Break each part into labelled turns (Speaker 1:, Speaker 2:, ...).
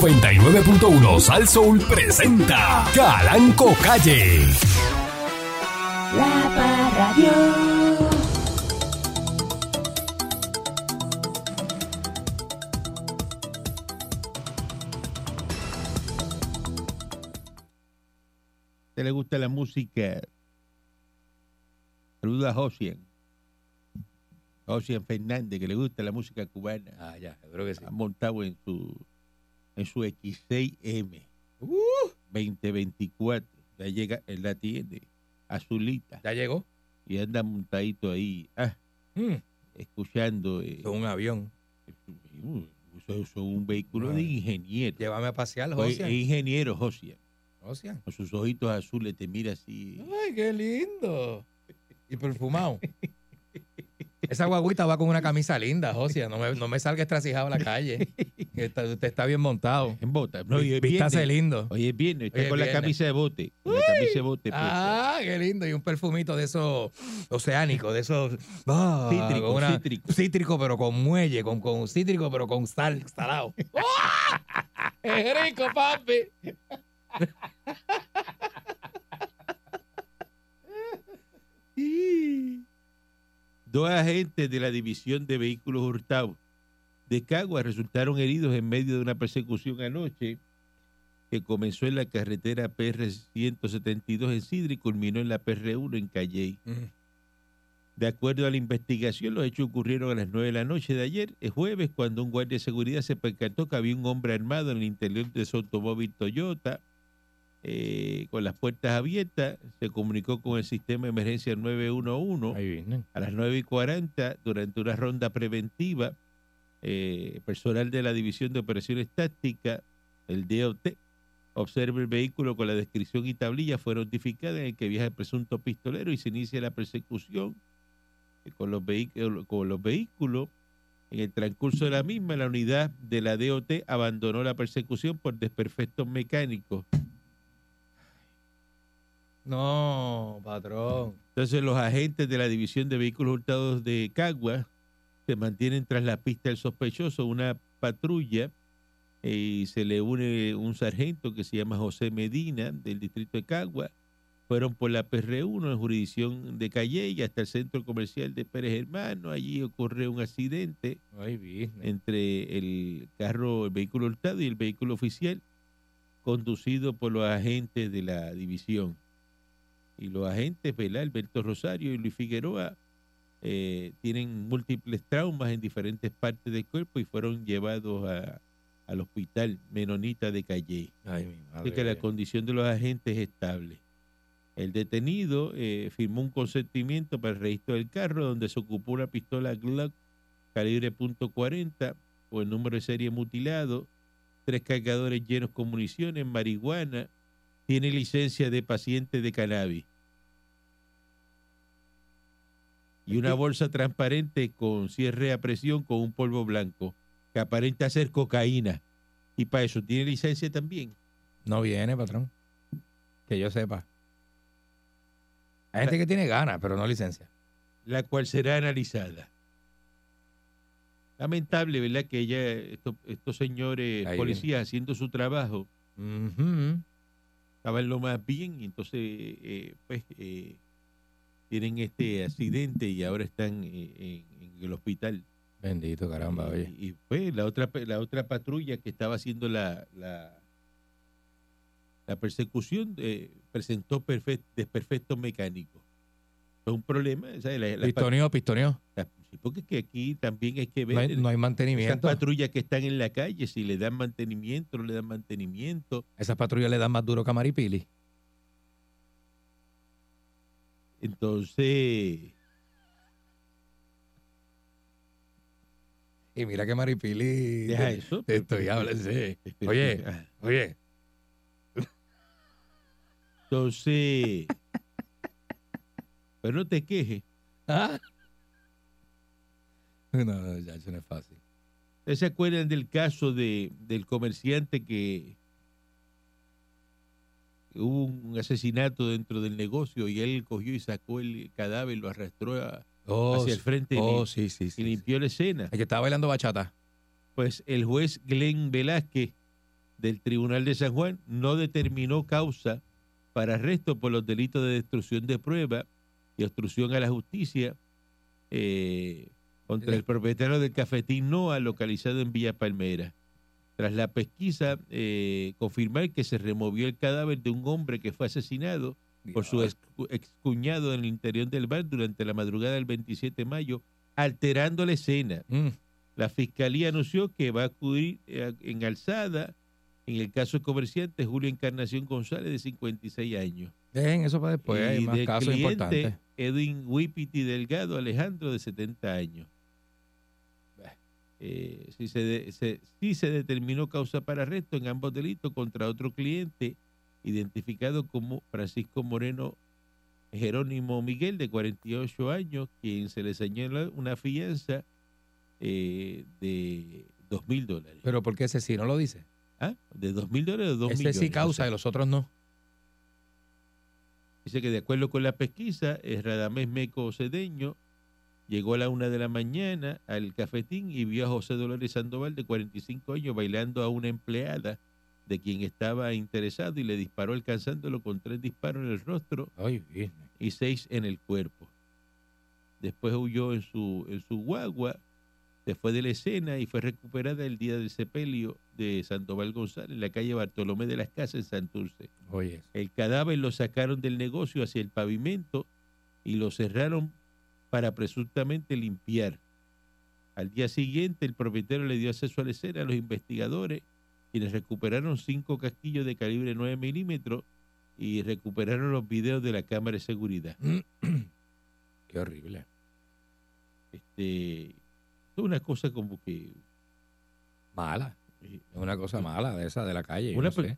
Speaker 1: 99.1 Sal Soul presenta Calanco Calle.
Speaker 2: La Parradio.
Speaker 3: te le gusta la música. Saluda a Josien. Josien Fernández, que le gusta la música cubana.
Speaker 4: Ah, ya, creo que sí.
Speaker 3: Ha montado en su en su X6M
Speaker 4: Uh,
Speaker 3: 2024. Ya llega, él la tiene, azulita.
Speaker 4: ya llegó.
Speaker 3: Y anda montadito ahí, ah,
Speaker 4: Mm,
Speaker 3: escuchando. eh,
Speaker 4: con un avión.
Speaker 3: uh, eso eso es un vehículo de
Speaker 4: Madre.
Speaker 3: ingeniero.
Speaker 4: Llévame a pasear,
Speaker 3: Oye,
Speaker 4: Josian.
Speaker 3: Es ingeniero, Josian.
Speaker 4: Josian.
Speaker 3: Con sus ojitos azules te mira así.
Speaker 4: Ay, qué lindo. Y perfumado. Esa guaguita va con una camisa linda, Josian. No me, no me salga estrasijado a la calle. Que está- usted está bien montado.
Speaker 3: En bota. No, y es
Speaker 4: Vístase
Speaker 3: viernes.
Speaker 4: lindo.
Speaker 3: Oye, pues, es viernes, está
Speaker 4: Hoy es
Speaker 3: con la
Speaker 4: viernes.
Speaker 3: camisa de bote. Con la camisa de bote. puesta.
Speaker 4: Ah, qué lindo. Y un perfumito de esos oceánicos, de esos. ah,
Speaker 3: Cítrico,
Speaker 4: con una-
Speaker 3: cítrico.
Speaker 4: Cítrico, pero con muelle, con, con cítrico, pero con sal, salado. ¡Ah! ¡Es rico, papi!
Speaker 3: Dos agentes de la División de Vehículos Hurtados de Caguas resultaron heridos en medio de una persecución anoche que comenzó en la carretera PR-172 en Sidra y culminó en la PR-1 en Calley. De acuerdo a la investigación, los hechos ocurrieron a las 9 de la noche de ayer, el jueves, cuando un guardia de seguridad se percató que había un hombre armado en el interior de su automóvil Toyota, eh, con las puertas abiertas, se comunicó con el sistema de emergencia 911
Speaker 4: Ahí vienen.
Speaker 3: a las 9 y 40, durante una ronda preventiva, eh, personal de la División de Operaciones Tácticas, el DOT, observa el vehículo con la descripción y tablilla, fue notificada en el que viaja el presunto pistolero y se inicia la persecución eh, con los, vehi- con los vehículos. En el transcurso de la misma, la unidad de la DOT abandonó la persecución por desperfectos mecánicos.
Speaker 4: No, patrón.
Speaker 3: Entonces los agentes de la División de Vehículos Hurtados de Cagua se mantienen tras la pista del sospechoso, una patrulla, eh, y se le une un sargento que se llama José Medina del distrito de Cagua. Fueron por la PR1 en jurisdicción de Calle y hasta el centro comercial de Pérez Hermano. Allí ocurre un accidente
Speaker 4: Ay, business.
Speaker 3: entre el carro, el vehículo hurtado y el vehículo oficial conducido por los agentes de la división. Y los agentes, ¿verdad? Alberto Rosario y Luis Figueroa eh, tienen múltiples traumas en diferentes partes del cuerpo y fueron llevados a- al hospital Menonita de Calle.
Speaker 4: Ay, mi madre.
Speaker 3: Así que la
Speaker 4: mía.
Speaker 3: condición de los agentes es estable. El detenido eh, firmó un consentimiento para el registro del carro donde se ocupó una pistola Glock calibre .40 con el número de serie mutilado, tres cargadores llenos con municiones, marihuana, tiene licencia de paciente de cannabis. Y una bolsa transparente con cierre a presión con un polvo blanco que aparenta ser cocaína. Y para eso tiene licencia también.
Speaker 4: No viene, patrón. Que yo sepa. Hay gente que tiene ganas, pero no licencia.
Speaker 3: la cual será analizada. Lamentable, ¿verdad? Que ella, esto- estos señores
Speaker 4: Ahí
Speaker 3: policías haciendo su trabajo,
Speaker 4: Ujú.
Speaker 3: estaban lo más bien, y entonces, eh, pues, eh, tienen este accidente y ahora están eh, en, en el hospital.
Speaker 4: Bendito,
Speaker 3: y,
Speaker 4: caramba, oye.
Speaker 3: y, pues, la otra, pe- la otra patrulla que estaba haciendo la, la, la persecución eh, presentó perfect- desperfectos mecánicos. Es un problema, ¿sabes? La- la pat-
Speaker 4: Pistoneó, pistoneó.
Speaker 3: la- sí, porque es que aquí también hay que ver
Speaker 4: No hay, no hay
Speaker 3: esas
Speaker 4: mantenimiento.
Speaker 3: patrullas que están en la calle, si le dan mantenimiento, no le dan mantenimiento.
Speaker 4: Esas patrullas le dan más duro que a Maripili.
Speaker 3: Entonces,
Speaker 4: Y mira que Maripili.
Speaker 3: deja eso.
Speaker 4: Te estoy hablando, sí.
Speaker 3: Pero-
Speaker 4: Oye.
Speaker 3: ah,
Speaker 4: Oye,
Speaker 3: Entonces, pero no te quejes.
Speaker 4: ¿ah? No, no, ya, eso no es fácil.
Speaker 3: ¿Ustedes se acuerdan del caso de, del comerciante que hubo un, un asesinato dentro del negocio y él cogió y sacó el cadáver, lo arrastró a-
Speaker 4: Oh,
Speaker 3: hacia el
Speaker 4: sí.
Speaker 3: frente y lim-
Speaker 4: Oh, sí, sí,
Speaker 3: y
Speaker 4: sí. sí.
Speaker 3: limpió la escena?
Speaker 4: El que estaba bailando bachata.
Speaker 3: pues el juez Glenn Velázquez del Tribunal de San Juan no determinó causa para arresto por los delitos de destrucción de prueba y obstrucción a la justicia eh, contra el propietario del cafetín NOA localizado en Villa Palmera. Tras la pesquisa, eh, confirmar que se removió el cadáver de un hombre que fue asesinado por
Speaker 4: ah.
Speaker 3: su ex- excuñado en el interior del bar durante la madrugada del 27 de mayo, alterando la escena.
Speaker 4: Mm.
Speaker 3: La fiscalía anunció que va a acudir eh, en alzada en el caso del comerciante Julio Encarnación González, de 56 años.
Speaker 4: Dejen eso para después, Pues hay
Speaker 3: y
Speaker 4: más
Speaker 3: del
Speaker 4: casos
Speaker 3: cliente
Speaker 4: importantes.
Speaker 3: Edwin Whippity Delgado Alejandro, de 70 años. Eh, si, se de- se- si se determinó causa para arresto en ambos delitos contra otro cliente identificado como Francisco Moreno Jerónimo Miguel, de 48 años, quien se le señala una fianza eh, de 2 mil dólares.
Speaker 4: Pero ¿por qué ese sí no lo dice?
Speaker 3: ¿Ah? ¿De 2 mil dólares o 2
Speaker 4: Ese
Speaker 3: millones?
Speaker 4: sí
Speaker 3: O
Speaker 4: causa
Speaker 3: sea,
Speaker 4: y los otros no.
Speaker 3: Dice que de acuerdo con la pesquisa, eh, Radamés Meco Cedeño llegó a la una de la mañana al cafetín y vio a José Dolores Sandoval de 45 años bailando a una empleada de quien estaba interesado y le disparó alcanzándolo con tres disparos en el rostro
Speaker 4: Ay, Virgen.
Speaker 3: y seis en el cuerpo. Después huyó en su, en su guagua, se fue de la escena y fue recuperada el día del sepelio de Sandoval González en la calle Bartolomé de las Casas en Santurce.
Speaker 4: Oye, eso.
Speaker 3: El cadáver lo sacaron del negocio hacia el pavimento y lo cerraron para presuntamente limpiar. Al día siguiente, el propietario le dio acceso a la escena a los investigadores, quienes recuperaron cinco casquillos de calibre 9 milímetros y recuperaron los videos de la cámara de seguridad.
Speaker 4: qué horrible.
Speaker 3: Este, es una cosa como que
Speaker 4: Mala.
Speaker 3: eh,
Speaker 4: Es una cosa mala de esa de la calle.
Speaker 3: una
Speaker 4: no sé.
Speaker 3: per-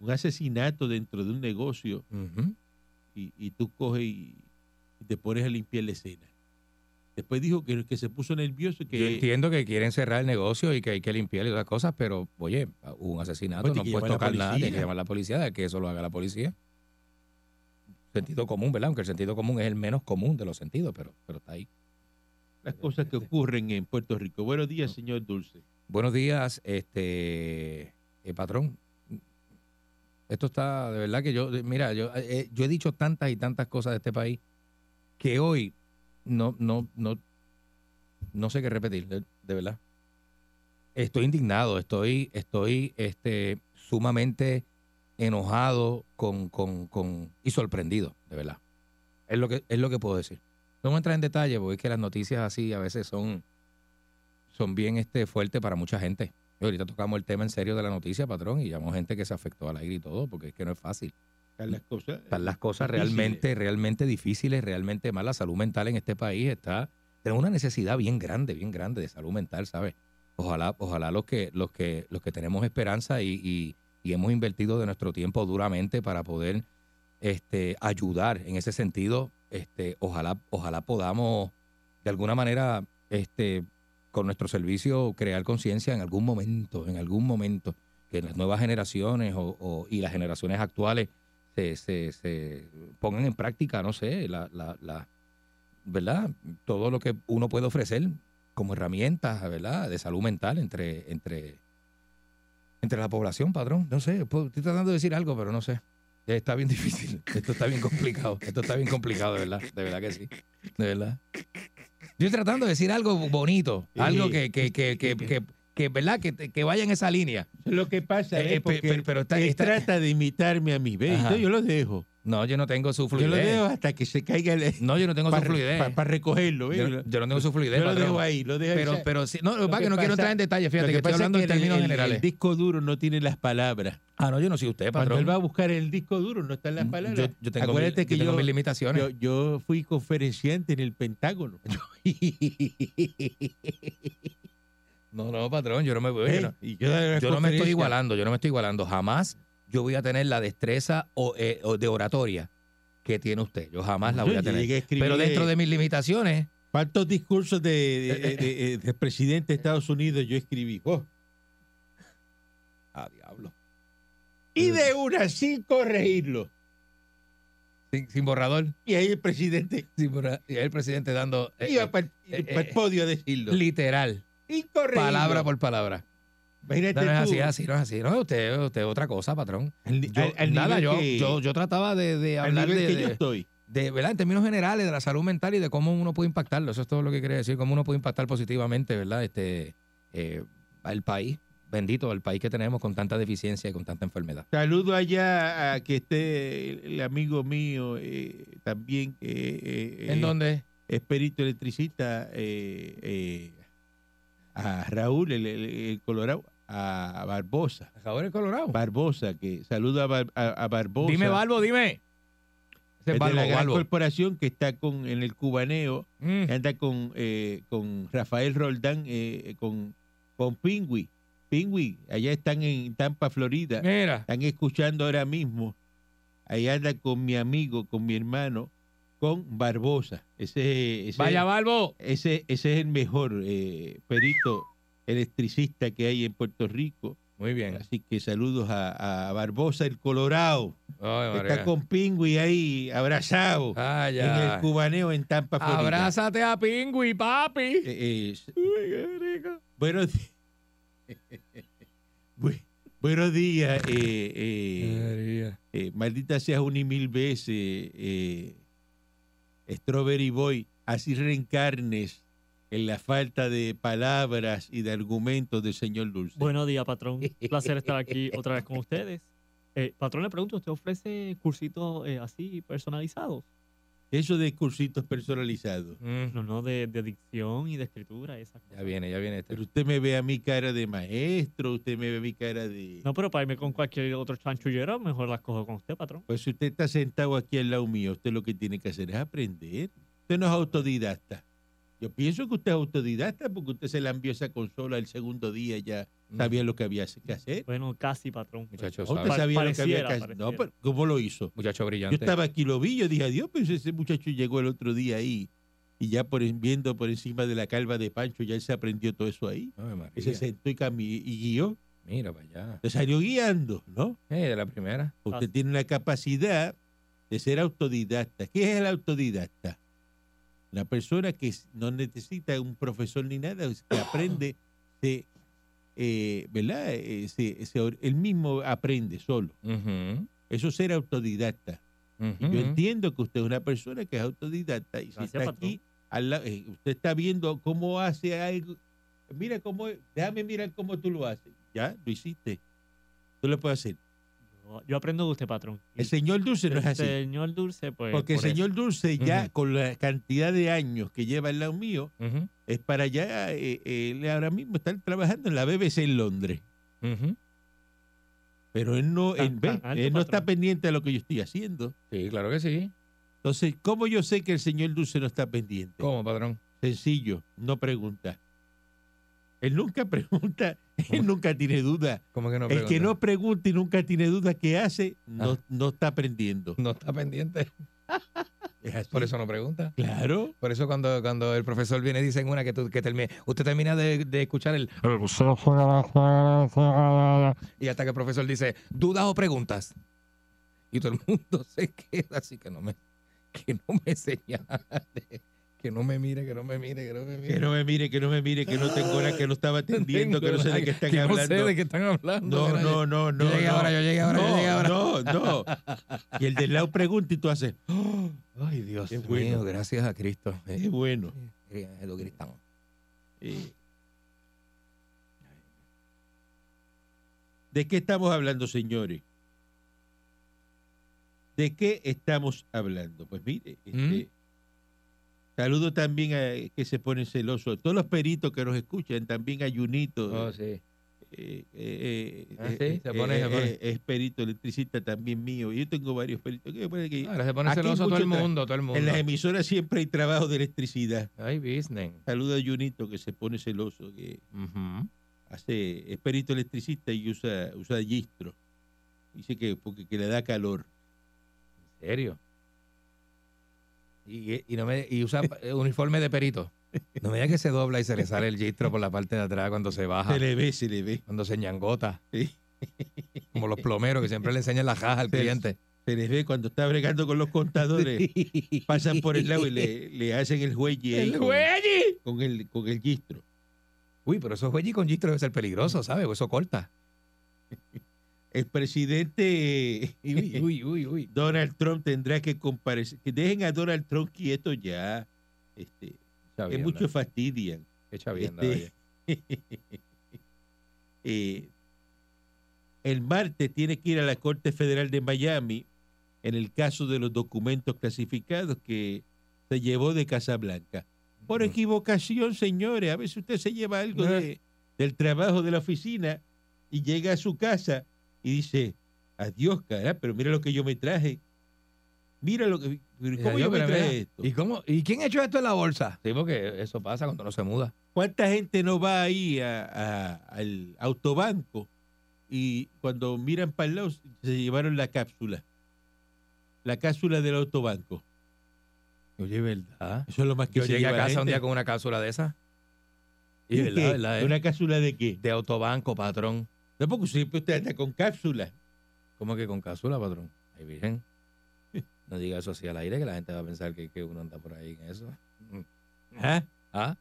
Speaker 3: un asesinato dentro de un negocio
Speaker 4: Ujú.
Speaker 3: y, y tú coges y, y te pones a limpiar la escena. Después dijo que, que se puso nervioso y
Speaker 4: Yo
Speaker 3: que,
Speaker 4: entiendo que quieren cerrar el negocio y que hay que limpiar y otras cosas, pero oye, un asesinato
Speaker 3: Pues,
Speaker 4: no
Speaker 3: tiene que
Speaker 4: puedes
Speaker 3: llamar a la
Speaker 4: tocar nada, tiene que
Speaker 3: policía.
Speaker 4: llamar a la policía, que eso lo haga la policía. Sentido común, ¿verdad? Aunque el sentido común es el menos común de los sentidos, pero, pero está ahí.
Speaker 3: las cosas que ocurren en Puerto Rico. Buenos días, señor Dulce.
Speaker 4: Buenos días, este eh, patrón. Esto está de verdad que yo, de- mira, yo, eh, yo he dicho tantas y tantas cosas de este país que hoy no, no, no, no sé qué repetir, de, de verdad. Estoy indignado, estoy, estoy este, sumamente enojado con, con- con- y sorprendido, de verdad. Es lo que, es lo que puedo decir. No voy a entrar en detalle porque es que las noticias así a veces son son bien este, fuertes para mucha gente. Y ahorita tocamos el tema en serio de la noticia, patrón, y llamó gente que se afectó al aire y todo, porque es que no es fácil.
Speaker 3: Están las cosas. eh,
Speaker 4: Están las cosas
Speaker 3: Difíciles.
Speaker 4: realmente, realmente difíciles, realmente malas. La salud mental en este país está. Tenemos una necesidad bien grande, bien grande de salud mental, ¿sabes? Ojalá, ojalá los que, los que, los que tenemos esperanza y, y- y hemos invertido de nuestro tiempo duramente para poder este, ayudar en ese sentido, este, ojalá, ojalá podamos de alguna manera, este, con nuestro servicio, crear conciencia en algún momento, en algún momento, que las nuevas generaciones o- o- y las generaciones actuales se, se- se pongan en práctica, no sé, la, la- la- ¿verdad? Todo lo que uno puede ofrecer como herramientas, ¿verdad? De salud mental entre, entre, entre la población, padrón. No sé, puedo- estoy tratando de decir algo, pero no sé. Está bien difícil. Esto está bien complicado. Esto está bien complicado, de verdad. De verdad que sí. De verdad. Yo estoy tratando de decir algo bonito.
Speaker 3: Sí.
Speaker 4: Algo que, que, que, que, que- que, ¿verdad? Que, te- que vaya en esa línea.
Speaker 3: Lo que pasa
Speaker 4: Eh,
Speaker 3: es
Speaker 4: eh, pe-
Speaker 3: porque
Speaker 4: pero- pero está-
Speaker 3: él
Speaker 4: está-
Speaker 3: trata de imitarme a mí. ¿ve?
Speaker 4: Ajá.
Speaker 3: Entonces Yo lo dejo.
Speaker 4: No, yo no tengo su
Speaker 3: Yo
Speaker 4: fluidez.
Speaker 3: lo dejo hasta que se caiga el.
Speaker 4: No, yo no tengo su
Speaker 3: para,
Speaker 4: fluidez.
Speaker 3: para- para recogerlo. ¿ve?
Speaker 4: yo,
Speaker 3: Yo,
Speaker 4: yo no tengo su fluidez.
Speaker 3: lo
Speaker 4: patrón.
Speaker 3: dejo ahí. Lo dejo ahí.
Speaker 4: Pero,
Speaker 3: O sea,
Speaker 4: pero sí, no, lo que pasa
Speaker 3: que
Speaker 4: es que no quiero
Speaker 3: pasa-
Speaker 4: entrar en detalle,
Speaker 3: lo
Speaker 4: fíjate, que, estoy
Speaker 3: pasa es
Speaker 4: hablando
Speaker 3: que
Speaker 4: en
Speaker 3: el-
Speaker 4: términos
Speaker 3: el-
Speaker 4: generales.
Speaker 3: El disco duro no tiene las palabras.
Speaker 4: ah, no, yo no soy usted,
Speaker 3: Cuando
Speaker 4: patrón. Mm,
Speaker 3: él va a buscar el disco duro, no están las palabras.
Speaker 4: yo, yo tengo,
Speaker 3: Acuérdate
Speaker 4: mil,
Speaker 3: que
Speaker 4: yo tengo
Speaker 3: yo-
Speaker 4: mis limitaciones.
Speaker 3: Yo, yo fui conferenciante en el Pentágono.
Speaker 4: no, no, patrón, yo no me voy.
Speaker 3: ¿Eh?
Speaker 4: yo no-
Speaker 3: Y yo daba
Speaker 4: yo no me estoy
Speaker 3: conferencia.
Speaker 4: igualando, yo no me estoy igualando. Jamás yo voy a tener la destreza o, eh, o de oratoria que tiene usted. Yo jamás la voy
Speaker 3: Yo
Speaker 4: a tener.
Speaker 3: llegué a escribir,
Speaker 4: Pero dentro
Speaker 3: eh,
Speaker 4: de Eh, mis limitaciones,
Speaker 3: ¿Cuántos discursos de, de- de- de- de presidente de Estados Unidos yo escribí? Oh. Ah,
Speaker 4: a diablo.
Speaker 3: Y de una sin corregirlo.
Speaker 4: Sin, sin borrador,
Speaker 3: Y ahí el presidente
Speaker 4: sin borra- y el presidente dando eh,
Speaker 3: iba
Speaker 4: eh,
Speaker 3: para el,
Speaker 4: eh, eh,
Speaker 3: podio a decirlo.
Speaker 4: literal,
Speaker 3: Incorregible.
Speaker 4: palabra por palabra.
Speaker 3: Imagínate
Speaker 4: No, no es
Speaker 3: Este tú,
Speaker 4: así, así, no es así. No, usted usted es otra cosa, patrón.
Speaker 3: al-
Speaker 4: Yo,
Speaker 3: al- al
Speaker 4: nada,
Speaker 3: nivel
Speaker 4: yo,
Speaker 3: que-
Speaker 4: yo, yo trataba de, de
Speaker 3: al
Speaker 4: hablar
Speaker 3: nivel
Speaker 4: de,
Speaker 3: que
Speaker 4: de-
Speaker 3: yo estoy.
Speaker 4: de, ¿verdad? En términos generales de la salud mental y de cómo uno puede impactarlo. Eso es todo lo que quería decir, cómo uno puede impactar positivamente, ¿verdad? Este, eh, el país, bendito, el país que tenemos con tanta deficiencia y con tanta enfermedad.
Speaker 3: Saludo allá a que esté el, el amigo mío eh, también, eh, eh,
Speaker 4: ¿En
Speaker 3: eh,
Speaker 4: dónde?
Speaker 3: es perito electricista, eh, eh, a Raúl, el, el- el Colorado, a Barbosa.
Speaker 4: Acabó el Colorado.
Speaker 3: Barbosa, que saluda a, Bar- a- a Barbosa.
Speaker 4: Oh. Dime, Balbo, dime. Ese
Speaker 3: oh, es
Speaker 4: es
Speaker 3: de
Speaker 4: Balbo,
Speaker 3: la gran
Speaker 4: Balbo.
Speaker 3: corporación que está con en el cubaneo,
Speaker 4: Mm.
Speaker 3: que anda con, eh, con Rafael Roldán, eh, eh, con, con Pingüi. Pingüi, allá están en Tampa, Florida.
Speaker 4: Mira,
Speaker 3: Están escuchando ahora mismo. Ahí anda con mi amigo, con mi hermano, con Barbosa. Ese, ese,
Speaker 4: vaya Balbo.
Speaker 3: ese, ese es el mejor eh, perito electricista que hay en Puerto Rico.
Speaker 4: Muy bien.
Speaker 3: Así que saludos a, a Barbosa, el Colorado.
Speaker 4: Ay,
Speaker 3: Está
Speaker 4: María.
Speaker 3: con Pingüi ahí, abrazado,
Speaker 4: Ah,
Speaker 3: en
Speaker 4: ya.
Speaker 3: el cubaneo en Tampa, Florida.
Speaker 4: Abrázate a Pingüi, papi.
Speaker 3: Eh, eh, s-
Speaker 4: Uy, qué rico.
Speaker 3: buenos, di- Bu- buenos días, eh, eh,
Speaker 4: María.
Speaker 3: eh, maldita seas un y mil veces, eh, Strawberry Boy, así reencarnes en la falta de palabras y de argumentos del señor Dulce.
Speaker 5: Buenos días, patrón. Un placer estar aquí otra vez con ustedes. Eh, patrón, le pregunto, ¿usted ofrece cursitos eh, así personalizados?
Speaker 3: Eso de cursitos personalizados.
Speaker 4: Mm.
Speaker 5: No, no, de, de dicción y de escritura y esas
Speaker 4: Ya
Speaker 5: cosas.
Speaker 4: viene, ya viene este.
Speaker 3: Pero usted me ve a mi cara de maestro, usted me ve a mi cara de...
Speaker 5: No, pero para irme con cualquier otro chanchullero, mejor las cojo con usted, patrón.
Speaker 3: Pues si usted está sentado aquí al lado mío, usted lo que tiene que hacer es aprender. Usted no es autodidacta. Yo pienso que usted es autodidacta porque usted se la envió esa consola el segundo día ya
Speaker 4: Mm.
Speaker 3: sabía lo que había que hacer.
Speaker 5: Bueno, casi, patrón.
Speaker 4: Muchacho
Speaker 3: Ah,
Speaker 4: sabe.
Speaker 3: Usted sabía lo que había
Speaker 5: Pues, Pareciera,
Speaker 3: que hacer. No,
Speaker 5: pareciera.
Speaker 3: pero ¿cómo lo hizo?
Speaker 4: Muchacho
Speaker 3: Yo
Speaker 4: brillante.
Speaker 3: estaba aquí, lo vi, yo dije, adiós, pues ese muchacho llegó el otro día ahí y ya por, en- viendo por encima de la calva de Pancho, ya él se aprendió todo eso ahí.
Speaker 4: Ay,
Speaker 3: Y se
Speaker 4: María.
Speaker 3: sentó y, cami- y guió.
Speaker 4: Mira para allá.
Speaker 3: Se salió guiando, ¿no?
Speaker 4: Eh, de la primera.
Speaker 3: Usted
Speaker 5: Así.
Speaker 3: tiene la capacidad de ser autodidacta. ¿Qué es el autodidacta? La persona que s- no necesita un profesor ni nada, es que aprende, se, eh, ¿verdad? Eh, se- se or- él mismo aprende solo.
Speaker 4: Ujú,
Speaker 3: Eso es ser autodidacta. Y
Speaker 4: ujú.
Speaker 3: Yo entiendo que usted es una persona que es autodidacta y si
Speaker 5: Gracias,
Speaker 3: está
Speaker 5: patrón.
Speaker 3: aquí, al lado- eh, usted está viendo cómo hace algo. Mira cómo, es, déjame mirar cómo tú lo haces. Ya, lo hiciste. Tú lo puedes hacer.
Speaker 5: Yo, yo aprendo de usted, patrón. Y
Speaker 3: El señor Dulce no es
Speaker 5: el
Speaker 3: así.
Speaker 5: señor Dulce, pues.
Speaker 3: Porque el
Speaker 5: por eso.
Speaker 3: señor Dulce ya
Speaker 4: Ujú.
Speaker 3: con la cantidad de años que lleva al lado mío,
Speaker 4: Ujú,
Speaker 3: es para allá, eh, eh, él ahora mismo está trabajando en la BBC en Londres.
Speaker 4: ujú.
Speaker 3: Pero él no,
Speaker 5: Tan-
Speaker 3: él, ve,
Speaker 5: tan Ah, alto,
Speaker 3: él no está
Speaker 5: patrón.
Speaker 3: pendiente de lo que yo estoy haciendo.
Speaker 4: Sí, claro que sí.
Speaker 3: Entonces, ¿cómo yo sé que el señor Dulce no está pendiente?
Speaker 4: ¿Cómo, patrón?
Speaker 3: Sencillo, no pregunta. Él nunca pregunta, él nunca tiene duda.
Speaker 4: ¿Cómo que no
Speaker 3: el que no
Speaker 4: pregunta? Ah.
Speaker 3: pregunta y nunca tiene duda qué hace, no,
Speaker 4: Ajá.
Speaker 3: no está aprendiendo.
Speaker 4: no está pendiente.
Speaker 3: Es así.
Speaker 4: Por eso no pregunta.
Speaker 3: Claro.
Speaker 4: Por eso cuando, cuando el profesor viene y dice en una que, tú, que termine, usted termina de, de escuchar el... Y hasta que el profesor dice, ¿dudas o preguntas? Y todo el mundo se queda así que no me, que no me señale, que no me mire, que no me mire, que no me mire.
Speaker 3: Que no me mire, que no me mire, que no tengo hora, que no estaba atendiendo, que no sé de qué están
Speaker 4: Que
Speaker 3: hablando.
Speaker 4: No sé de qué están hablando.
Speaker 3: No,
Speaker 4: Mira,
Speaker 3: no, no, no.
Speaker 4: Yo llegué
Speaker 3: no.
Speaker 4: ahora, yo llegué ahora, yo
Speaker 3: No,
Speaker 4: llegué ahora.
Speaker 3: No, no. Y el del lado pregunta y tú haces,
Speaker 4: Ay, Dios
Speaker 3: Qué
Speaker 4: mío,
Speaker 3: bueno.
Speaker 4: gracias a Cristo.
Speaker 3: qué
Speaker 4: Eh,
Speaker 3: bueno.
Speaker 4: eh, lo gritamos.
Speaker 3: Eh, ¿De qué estamos hablando, señores? ¿De qué estamos hablando? Pues mire,
Speaker 4: Mm.
Speaker 3: este, saludo también a eh, que se ponen celosos. Todos los peritos que nos escuchan, también a Junito.
Speaker 4: Oh, sí.
Speaker 3: eh, eh, eh,
Speaker 4: Ah,
Speaker 3: eh,
Speaker 4: sí, se
Speaker 3: eh,
Speaker 4: pone, se
Speaker 3: eh,
Speaker 4: pone.
Speaker 3: eh, es perito electricista también mío. Yo tengo varios peritos. ¿Qué pone aquí?
Speaker 4: Ahora se pone
Speaker 3: Aquí hay
Speaker 4: celoso todo el
Speaker 3: mucho tra-
Speaker 4: mundo, todo el
Speaker 3: En
Speaker 4: mundo.
Speaker 3: las emisoras siempre hay trabajo de electricidad.
Speaker 4: Ay, business.
Speaker 3: Saluda a Junito que se pone celoso, que
Speaker 4: Ujú.
Speaker 3: hace, es perito electricista y usa, usa gistro. Dice que porque que le da calor.
Speaker 4: ¿En serio? Y, y no me, y usa eh, uniforme de perito. No me diga que se dobla y se le sale el gistro por la parte de atrás cuando se baja,
Speaker 3: Se le ve, se le ve.
Speaker 4: cuando se ñangota.
Speaker 3: Sí.
Speaker 4: Como los plomeros que siempre le enseñan la jaja al
Speaker 3: Se-
Speaker 4: cliente.
Speaker 3: Se les ve cuando está bregando con los contadores. Pasan por el lado y le, le hacen el juelle ahí con,
Speaker 4: güey!
Speaker 3: con el, con el gistro.
Speaker 4: Uy, pero eso juegos con gistro debe ser peligroso, ¿sabes? O eso corta.
Speaker 3: El presidente
Speaker 4: Uy, uy, uy, uy.
Speaker 3: Donald Trump tendrá que comparecer. Que dejen a Donald Trump quieto ya. Este, que
Speaker 4: Chavienda,
Speaker 3: mucho fastidian.
Speaker 4: qué chavienda,
Speaker 3: este,
Speaker 4: oye.
Speaker 3: Eh, el martes tiene que ir a la Corte Federal de Miami en el caso de los documentos clasificados que se llevó de Casablanca. Por
Speaker 4: Mm.
Speaker 3: equivocación, señores, a veces usted se lleva algo de- del trabajo de la oficina y llega a su casa y dice, adiós, cara, pero mira lo que yo me traje. Mira lo que... pero
Speaker 4: Mira,
Speaker 3: ¿Cómo
Speaker 4: yo,
Speaker 3: yo me
Speaker 4: pero
Speaker 3: traje
Speaker 4: mira,
Speaker 3: esto?
Speaker 4: ¿Y, cómo, ¿Y quién echó esto en la bolsa? Sí, porque eso pasa cuando no se muda.
Speaker 3: ¿Cuánta gente no va ahí a- a- al autobanco y cuando miran para el lado se llevaron la cápsula? La cápsula del autobanco.
Speaker 4: Oye, ¿verdad?
Speaker 3: Eso es lo más que
Speaker 4: Yo
Speaker 3: se
Speaker 4: llegué a
Speaker 3: lleva la
Speaker 4: casa un
Speaker 3: gente.
Speaker 4: día con una cápsula de esa.
Speaker 3: ¿Y
Speaker 4: Y
Speaker 3: de qué?
Speaker 4: verdad, verdad,
Speaker 3: ¿De
Speaker 4: eh.
Speaker 3: ¿Una cápsula de qué?
Speaker 4: De autobanco, patrón.
Speaker 3: No, porque siempre usted anda con cápsula.
Speaker 4: ¿Cómo que con cápsula, patrón? Ay, virgen. No diga eso así al aire, que la gente va a pensar que, que uno anda por ahí en eso.
Speaker 3: ¿ah?
Speaker 4: ¿Ah?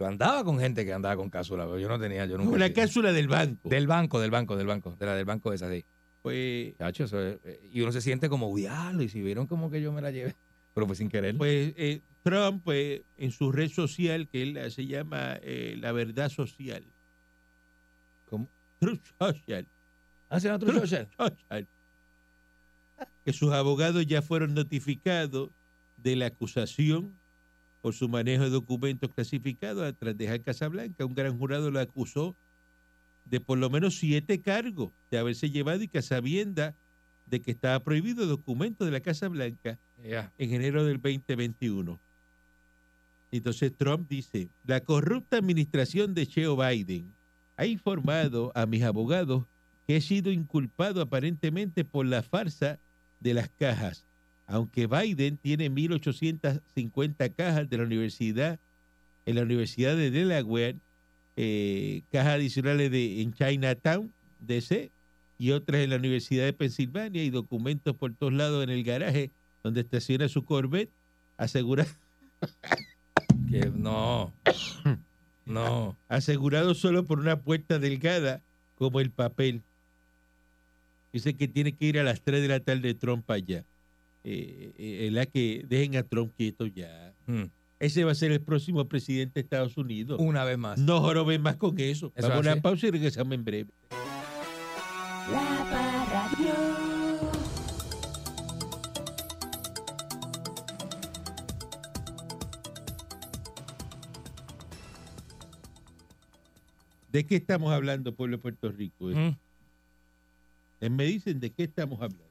Speaker 4: Yo andaba con gente que andaba con cápsula, pero yo no tenía, yo nunca.
Speaker 3: Una
Speaker 4: fui-
Speaker 3: cápsula del banco.
Speaker 4: Del banco, del banco, del banco. De la del banco esa, sí.
Speaker 3: Pues,
Speaker 4: Chacho, eso es- eh, y uno se siente como, diablo, y si vieron como que yo me la llevé. Pero fue sin querer.
Speaker 3: pues eh, Trump, pues, en su red social, que él la- se llama eh, La Verdad Social.
Speaker 4: ¿Cómo?
Speaker 3: Truth Social.
Speaker 4: ¿Hace otro
Speaker 3: Truth Social. Que sus abogados ya fueron notificados de la acusación por su manejo de documentos clasificados tras dejar Casablanca. Un gran jurado lo acusó de por lo menos siete cargos de haberse llevado y que a sabienda de que estaba prohibido documentos de la Casa Blanca
Speaker 4: Ya.
Speaker 3: en enero del 2021. Entonces Trump dice, la corrupta administración de Joe Biden ha informado a mis abogados que he sido inculpado aparentemente por la farsa de las cajas, aunque Biden tiene 1.850 cajas de la universidad, en la Universidad de Delaware, eh, cajas adicionales de, en Chinatown, DC, y otras en la Universidad de Pensilvania y documentos por todos lados en el garaje donde estaciona su Corvette, asegura,
Speaker 4: Que, no. No.
Speaker 3: asegurado solo por una puerta delgada como el papel. Dice que tiene que ir a las 3 de la tarde Trump allá. Eh, eh, es la que dejen a Trump quieto ya.
Speaker 4: Mm.
Speaker 3: Ese va a ser el próximo presidente de Estados Unidos.
Speaker 4: Una vez más.
Speaker 3: No joroben más con eso.
Speaker 4: Eso
Speaker 3: Vamos a
Speaker 4: hace.
Speaker 3: una pausa y regresamos en breve.
Speaker 2: La Parradio.
Speaker 3: ¿De qué estamos hablando, pueblo de Puerto Rico?
Speaker 4: Mm.
Speaker 3: Eh, Me dicen de qué estamos hablando.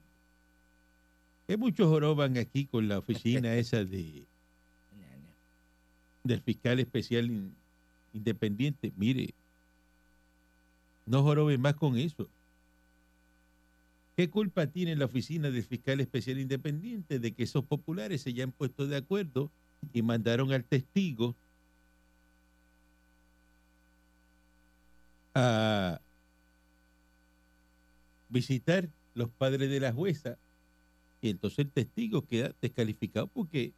Speaker 3: Que muchos joroban aquí con la oficina esa de del fiscal especial in- independiente. Mire, no joroben más con eso. ¿Qué culpa tiene la oficina del fiscal especial independiente de que esos populares se hayan puesto de acuerdo y mandaron al testigo a visitar los padres de la jueza y entonces el testigo queda descalificado porque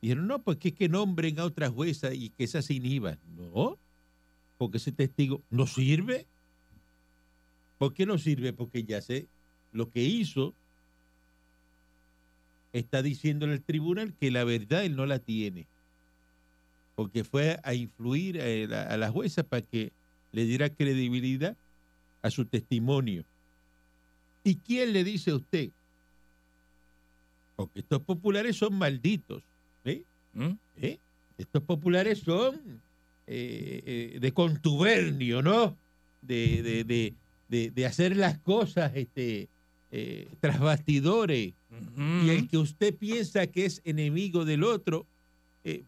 Speaker 3: dijeron, no, pues que es que nombren a otra jueza y que esa se inhiba. No, porque ese testigo no sirve. ¿Por qué no sirve? Porque ya sé lo que hizo. Está diciéndole al tribunal que la verdad él no la tiene. Porque fue a influir a la- a la jueza para que le diera credibilidad a su testimonio. ¿Y quién le dice a usted? Porque estos populares son malditos. ¿eh?
Speaker 4: Mm.
Speaker 3: ¿eh? Estos populares son eh, eh, de contubernio, ¿no? De, de- de- de- de hacer las cosas este, eh, tras bastidores.
Speaker 4: mm.
Speaker 3: Y el que usted piensa que es enemigo del otro, eh,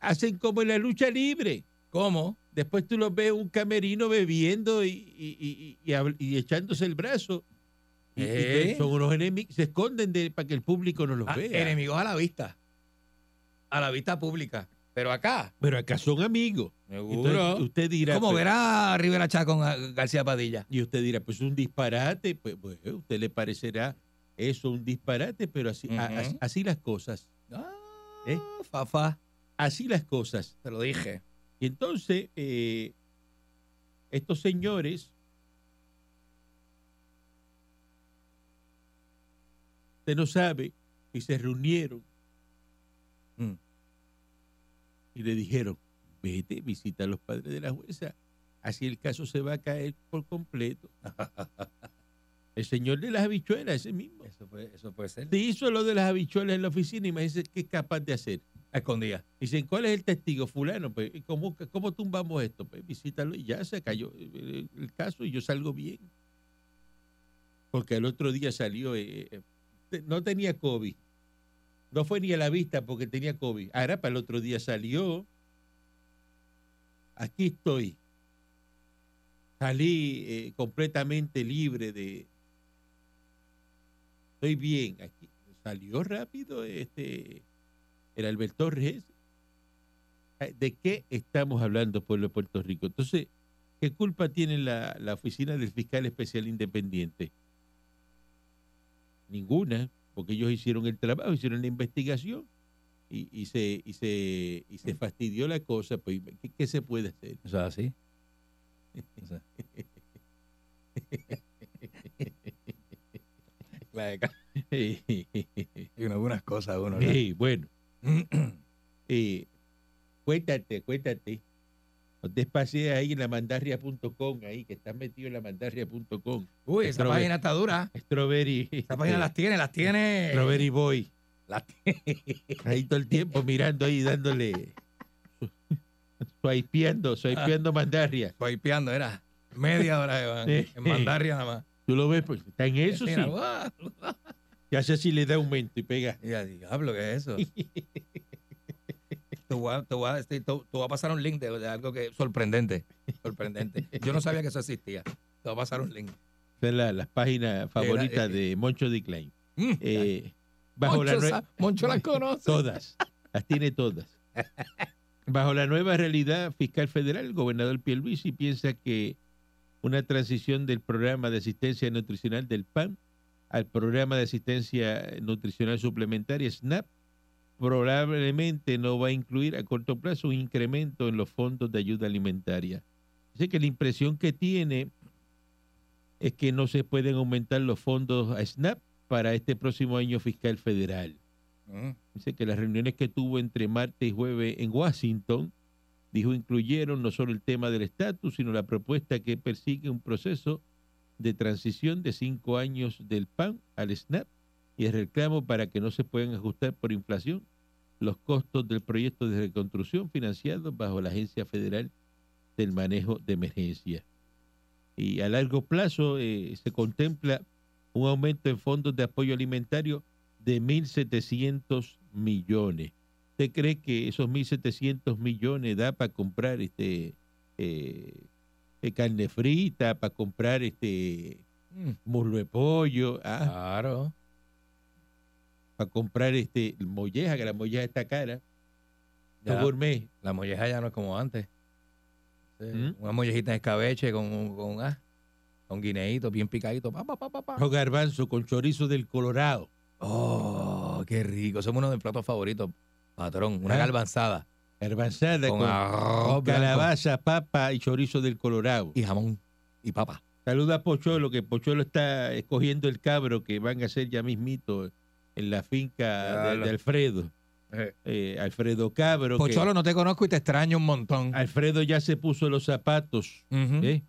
Speaker 3: hacen como en la lucha libre.
Speaker 4: ¿Cómo?
Speaker 3: Después tú los ves en un camerino bebiendo y, y- y- y- y habl- y echándose el brazo. Y- y
Speaker 4: ¿Eh?
Speaker 3: son unos enemigos, se esconden de- para que el público no los
Speaker 4: Ah,
Speaker 3: vea.
Speaker 4: enemigos a la vista. A la vista pública. Pero acá,
Speaker 3: Pero acá son amigos. Entonces,
Speaker 4: seguro.
Speaker 3: usted dirá,
Speaker 4: ¿Cómo
Speaker 3: pues,
Speaker 4: verá a Rivera Chá con a- García Padilla?
Speaker 3: y usted dirá, pues es un disparate. Pues, pues, a usted le parecerá eso un disparate, pero así, a-
Speaker 4: Ujú.
Speaker 3: así- así las cosas.
Speaker 4: Ah,
Speaker 3: ¿Eh?
Speaker 4: Fafá,
Speaker 3: Así las cosas.
Speaker 4: te lo dije.
Speaker 3: Y entonces, eh, estos señores usted no sabe, y se reunieron
Speaker 4: Mm.
Speaker 3: y le dijeron, vete, visita a los padres de la jueza, así el caso se va a caer por completo. el señor de las habichuelas, ese mismo.
Speaker 4: Eso puede, eso puede ser.
Speaker 3: Te hizo lo de las habichuelas en la oficina, imagínese qué es capaz de hacer.
Speaker 4: A Escondida.
Speaker 3: Dicen, ¿cuál es el testigo? Fulano, pues, ¿y ¿cómo, cómo tumbamos esto? Pues visítalo y ya se cayó eh, el caso y yo salgo bien. Porque el otro día salió, eh, eh, te- no tenía COVID. No fue ni a la vista porque tenía COVID. Ahora para el otro día salió. Aquí estoy. Salí eh, completamente libre de... Estoy bien. Aquí. Salió rápido este el Albert Torres. ese. Ay, eh, ¿De qué estamos hablando, pueblo de Puerto Rico? Entonces, ¿qué culpa tiene la, la oficina del fiscal especial independiente? Ninguna, porque ellos hicieron el trabajo, hicieron la investigación y, y se, y, se, y se fastidió la cosa. Pues, ¿qué, qué se puede hacer?
Speaker 4: Eso es así. Eso es. La de ca- y uno ve unas cosas uno. ¿verdad?
Speaker 3: Eh, bueno, eh, cuéntate, cuéntate. No te pasees ahí en la mandarria.com, ahí que estás metido en la mandarria.com.
Speaker 4: Uy, esa
Speaker 3: Strawberry.
Speaker 4: página está dura.
Speaker 3: Strawberry.
Speaker 4: Esa página las tiene, las tiene.
Speaker 3: Strawberry Boy.
Speaker 4: Las tiene.
Speaker 3: Ahí todo el tiempo mirando ahí, dándole. Swipeando, swipeando mandarria.
Speaker 4: Swipeando, era media hora Iván,
Speaker 3: Sí.
Speaker 4: en mandarria nada más.
Speaker 3: Tú lo ves, pues está en eso sí.
Speaker 4: Mira, ¡guau!
Speaker 3: Ya sé si le da aumento y pega.
Speaker 4: Y ya, diablo, ¿qué es eso? te, voy a, te voy a- este, te- te voy a pasar un link de, de algo que sorprendente. Sorprendente. Yo no sabía que eso existía. Te voy a pasar un link.
Speaker 3: Esa es la, la página favorita
Speaker 4: eh,
Speaker 3: de Moncho D. Klein.
Speaker 4: Mm.
Speaker 3: Eh, bajo
Speaker 4: Moncho,
Speaker 3: la nue-
Speaker 4: sa- Moncho las conoce.
Speaker 3: Todas. Las tiene todas. Bajo la nueva realidad fiscal federal, el gobernador Pierluisi piensa que una transición del programa de asistencia nutricional del PAN al programa de asistencia nutricional suplementaria SNAP probablemente no va a incluir a corto plazo un incremento en los fondos de ayuda alimentaria. Así que la impresión que tiene es que no se pueden aumentar los fondos a SNAP para este próximo año fiscal federal.
Speaker 4: Mm.
Speaker 3: Dice que las reuniones que tuvo entre martes y jueves en Washington, dijo, incluyeron no solo el tema del estatus, sino la propuesta que persigue un proceso de transición de cinco años del PAN al SNAP y el reclamo para que no se puedan ajustar por inflación los costos del proyecto de reconstrucción financiado bajo la Agencia Federal del Manejo de Emergencia. Y a largo plazo eh, se contempla un aumento en fondos de apoyo alimentario de 1.700 millones. ¿Usted cree que esos 1.700 millones da para comprar este eh, eh, carne frita, para comprar este
Speaker 4: Mm.
Speaker 3: muslo de pollo, ah,
Speaker 4: Claro.
Speaker 3: para comprar este molleja, que la molleja está cara?
Speaker 4: Ya,
Speaker 3: Los gourmet,
Speaker 4: la molleja ya no es como antes. Sí,
Speaker 3: Mm.
Speaker 4: Una mollejita en escabeche con un con, ah, con guineíto bien picadito. Pa, pa, pa, pa, pa.
Speaker 3: los garbanzos con chorizo del Colorado.
Speaker 4: Oh, qué rico. Somos uno de mis platos favoritos, patrón. Una
Speaker 3: Ah.
Speaker 4: galvanzada
Speaker 3: Garbanzada
Speaker 4: ¿Eh? con,
Speaker 3: con,
Speaker 4: arroz
Speaker 3: con
Speaker 4: blanco
Speaker 3: calabaza, papa y chorizo del Colorado.
Speaker 4: y jamón y papa.
Speaker 3: Saluda a Pocholo, que Pocholo está escogiendo el cabro que van a hacer ya mismito en la finca de,
Speaker 4: Claro.
Speaker 3: de Alfredo.
Speaker 4: Eh.
Speaker 3: Eh, Alfredo Cabro. que-
Speaker 4: Pocholo, no te conozco y te extraño un montón.
Speaker 3: Alfredo ya se puso los zapatos.
Speaker 4: Ujú.
Speaker 3: ¿eh?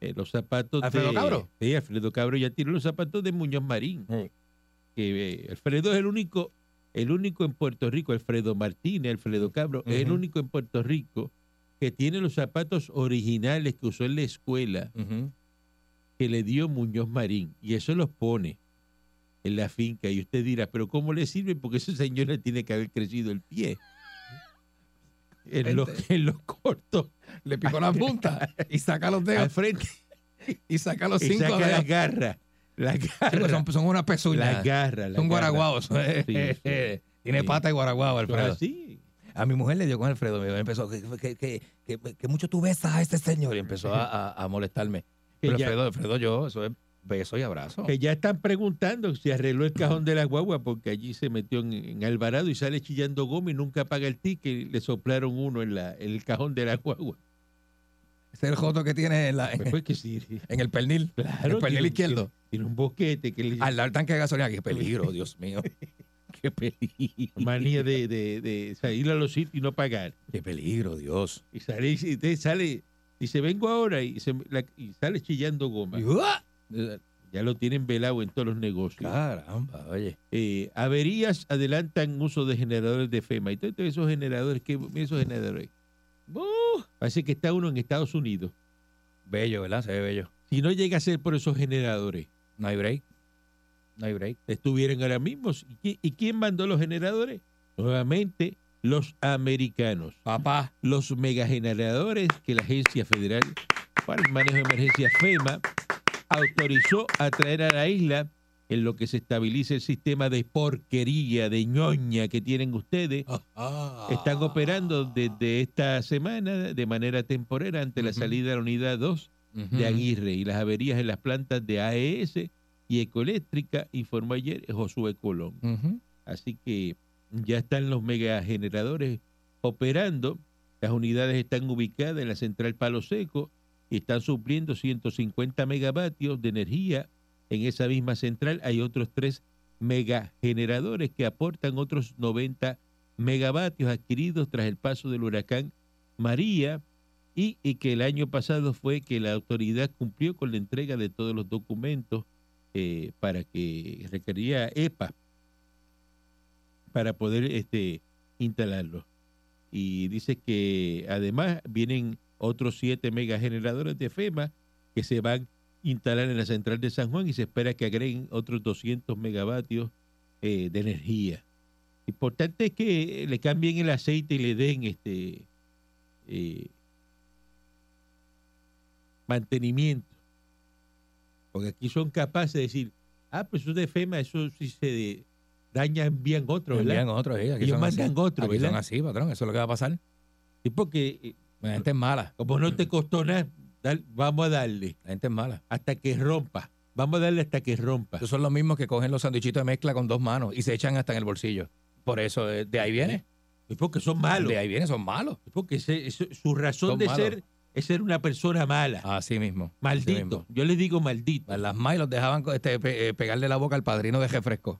Speaker 3: Eh, los zapatos
Speaker 4: ¿Alfredo
Speaker 3: de-
Speaker 4: Cabro?
Speaker 3: Sí, Alfredo Cabro ya tiene los zapatos de Muñoz Marín.
Speaker 4: Sí.
Speaker 3: Que, eh, Alfredo es el único, el único en Puerto Rico, Alfredo Martínez, Alfredo Cabro, es el
Speaker 4: Ujú.
Speaker 3: único en Puerto Rico que tiene los zapatos originales que usó en la escuela
Speaker 4: Ujú.
Speaker 3: que le dio Muñoz Marín y eso los pone en la finca y usted dirá, pero ¿cómo le sirve? Porque ese señor le tiene que haber crecido el pie. En los, en los cortos,
Speaker 4: Le picó la punta y saca los
Speaker 3: al
Speaker 4: dedos
Speaker 3: frente,
Speaker 4: y saca los
Speaker 3: y
Speaker 4: cinco
Speaker 3: saca
Speaker 4: dedos.
Speaker 3: las garras. Las
Speaker 4: Sí, pues
Speaker 3: garras.
Speaker 4: son, son unas
Speaker 3: las
Speaker 4: pezuñas.
Speaker 3: garras. las
Speaker 4: son
Speaker 3: garras.
Speaker 4: guaraguaos.
Speaker 3: Sí, sí.
Speaker 4: Tiene
Speaker 3: Sí.
Speaker 4: pata de guaraguao,
Speaker 3: Son
Speaker 4: Alfredo.
Speaker 3: así.
Speaker 4: A mi mujer le dio con Alfredo. Mi mujer empezó, que, que, que- que- que mucho tú besas a este señor. Y empezó a, a- a molestarme.
Speaker 3: Que
Speaker 4: Pero
Speaker 3: ya-
Speaker 4: Alfredo, Alfredo, yo, eso es Beso y abrazo.
Speaker 3: Que ya están preguntando si arregló el cajón de la guagua porque allí se metió en, en Alvarado y sale chillando goma y nunca paga el ticket. Le soplaron uno en, la, en el cajón de la guagua.
Speaker 4: Ese es el joto que tiene en, la- en-
Speaker 3: Después que sí,
Speaker 4: en el pernil.
Speaker 3: claro.
Speaker 4: el pernil
Speaker 3: tiene-
Speaker 4: izquierdo.
Speaker 3: Tiene un boquete que le
Speaker 4: Al lado del tanque de gasolina. Qué peligro, Dios mío. Qué peligro.
Speaker 3: manía de, de, de salir a los sitios y no pagar.
Speaker 4: Qué peligro, Dios.
Speaker 3: Y sale, y te sale, dice, vengo ahora y, se, la- y sale chillando goma.
Speaker 4: Y, ¡ah!
Speaker 3: Ya lo tienen velado en todos los negocios.
Speaker 4: Caramba, oye.
Speaker 3: Eh, averías adelantan uso de generadores de FEMA. Y todos esos generadores, que esos generadores? ¡Buh! Parece que está uno en Estados Unidos.
Speaker 4: Bello, ¿verdad? Se ve bello.
Speaker 3: Si no llega a ser por esos generadores,
Speaker 4: No hay break. No hay break.
Speaker 3: estuvieran ahora mismo. ¿Y qui- ¿Y quién mandó los generadores? Nuevamente, los americanos.
Speaker 4: Papá.
Speaker 3: los megageneradores que la Agencia Federal para el Manejo de Emergencia FEMA autorizó a traer a la isla en lo que se estabiliza el sistema de porquería, de ñoña que tienen ustedes. Están operando desde esta semana de manera temporera ante la
Speaker 4: Ujú.
Speaker 3: salida de la unidad 2 de Aguirre y las averías en las plantas de AES y Ecoeléctrica, informó ayer Josué Colón. Así que ya están los megageneradores operando. Las unidades están ubicadas en la central Palo Seco y están supliendo 150 megavatios de energía. En esa misma central hay otros tres megageneradores que aportan otros 90 megavatios adquiridos tras el paso del huracán María y, y que el año pasado fue que la autoridad cumplió con la entrega de todos los documentos eh, para que requería E EPA para poder este, instalarlo. Y dice que además vienen otros siete megageneradores de FEMA que se van a instalar en la central de San Juan y se espera que agreguen otros 200 megavatios eh, de energía. Importante es que le cambien el aceite y le den este eh, mantenimiento. Porque aquí son capaces de decir, ah, pues eso es de FEMA, eso sí se daña, envían otro, ¿verdad?
Speaker 4: Envían otro, sí, aquí
Speaker 3: Ellos
Speaker 4: son
Speaker 3: mandan
Speaker 4: así.
Speaker 3: otro,
Speaker 4: Aquí son
Speaker 3: ¿verdad?
Speaker 4: así, patrón. Eso es lo que va a pasar.
Speaker 3: Sí, porque eh,
Speaker 4: La gente es mala.
Speaker 3: como no te costó nada, dal- vamos a darle
Speaker 4: La gente es mala.
Speaker 3: hasta que rompa. Vamos a darle hasta que rompa.
Speaker 4: Esos son los mismos que cogen los sandwichitos de mezcla con dos manos y se echan hasta en el bolsillo. Por eso, eh, de ahí viene.
Speaker 3: Es porque son malos.
Speaker 4: De ahí viene, son malos.
Speaker 3: Es porque ese- ese- su razón
Speaker 4: Son
Speaker 3: de
Speaker 4: malos.
Speaker 3: ser es ser una persona mala.
Speaker 4: Así mismo. así
Speaker 3: maldito.
Speaker 4: mismo.
Speaker 3: Yo le digo maldito.
Speaker 4: Las más los dejaban co- este, pe- eh, pegarle la boca al padrino de refresco.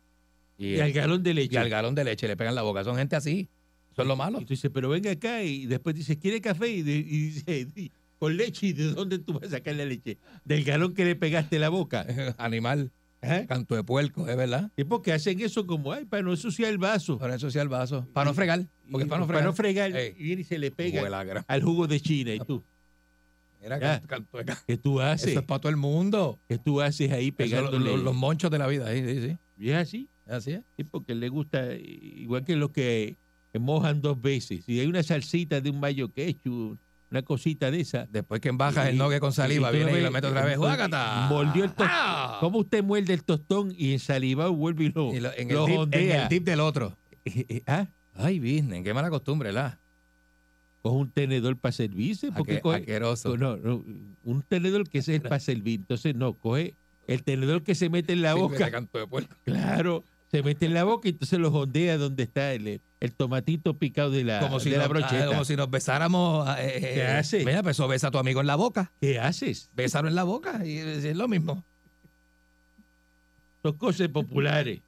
Speaker 3: Y al galón de leche.
Speaker 4: y al galón de leche le pegan la boca. Son gente así. Son lo malo.
Speaker 3: Y tú dices, pero ven acá. Y después dices, ¿quiere café? Y, de- y dice, "Di- con leche. ¿Y de dónde tú vas a sacar la leche? Del galón que le pegaste la boca.
Speaker 4: Eh. Animal,
Speaker 3: Ajá.
Speaker 4: canto de puerco, es verdad.
Speaker 3: Es porque hacen eso como, ay, para no ensuciar el vaso.
Speaker 4: Para eso sí al vaso. Para no fregar. Porque
Speaker 3: Y-
Speaker 4: es para no fregar. Ey.
Speaker 3: Y viene y se le pega
Speaker 4: Huela, gran-
Speaker 3: al jugo de China. Y tú,
Speaker 4: Era
Speaker 3: Ya.
Speaker 4: canto- canto de ca-
Speaker 3: ¿qué tú haces?
Speaker 4: Eso es para todo el mundo.
Speaker 3: que tú haces ahí
Speaker 4: Eso, lo- lo-
Speaker 3: pegándole?
Speaker 4: los monchos de la vida. Sí, sí, sí.
Speaker 3: ¿Y es así?
Speaker 4: Así es.
Speaker 3: Sí, porque le gusta, eh, igual que los que mojan dos veces. Si hay una salsita de un mayo ketchup, una cosita de esa.
Speaker 4: Después que embajas el nogue con saliva,
Speaker 3: tú
Speaker 4: viene y
Speaker 3: ves,
Speaker 4: lo mete otra vez.
Speaker 3: eh,
Speaker 4: ¡Juácata!
Speaker 3: Mordió el tostón.
Speaker 4: ¡Ah!
Speaker 3: ¿Cómo usted muerde el tostón y ensalivado vuelve y lo,
Speaker 4: Y lo- en,
Speaker 3: lo
Speaker 4: el dip, en
Speaker 3: ondea?
Speaker 4: el dip del otro.
Speaker 3: Eh, eh, ah,
Speaker 4: Ay, business, qué mala costumbre, ¿verdad?
Speaker 3: Coge un tenedor para servirse. Porque
Speaker 4: Aque-
Speaker 3: coge-
Speaker 4: Aqueroso.
Speaker 3: no, no, un tenedor que ese es para servir. Entonces, no, coge el tenedor que se mete en la
Speaker 4: Sirve
Speaker 3: boca.
Speaker 4: de canto de puerco.
Speaker 3: Claro, se mete en la boca y entonces los ondea donde está el, el tomatito picado de la,
Speaker 4: Como si,
Speaker 3: de la
Speaker 4: nos,
Speaker 3: brocheta.
Speaker 4: ah, como si nos besáramos. eh, eh,
Speaker 3: ¿Qué hace?
Speaker 4: Mira, pues eso besa a tu amigo en la boca.
Speaker 3: ¿Qué haces?
Speaker 4: Besarlo en la boca y es es lo mismo.
Speaker 3: Son cosas populares.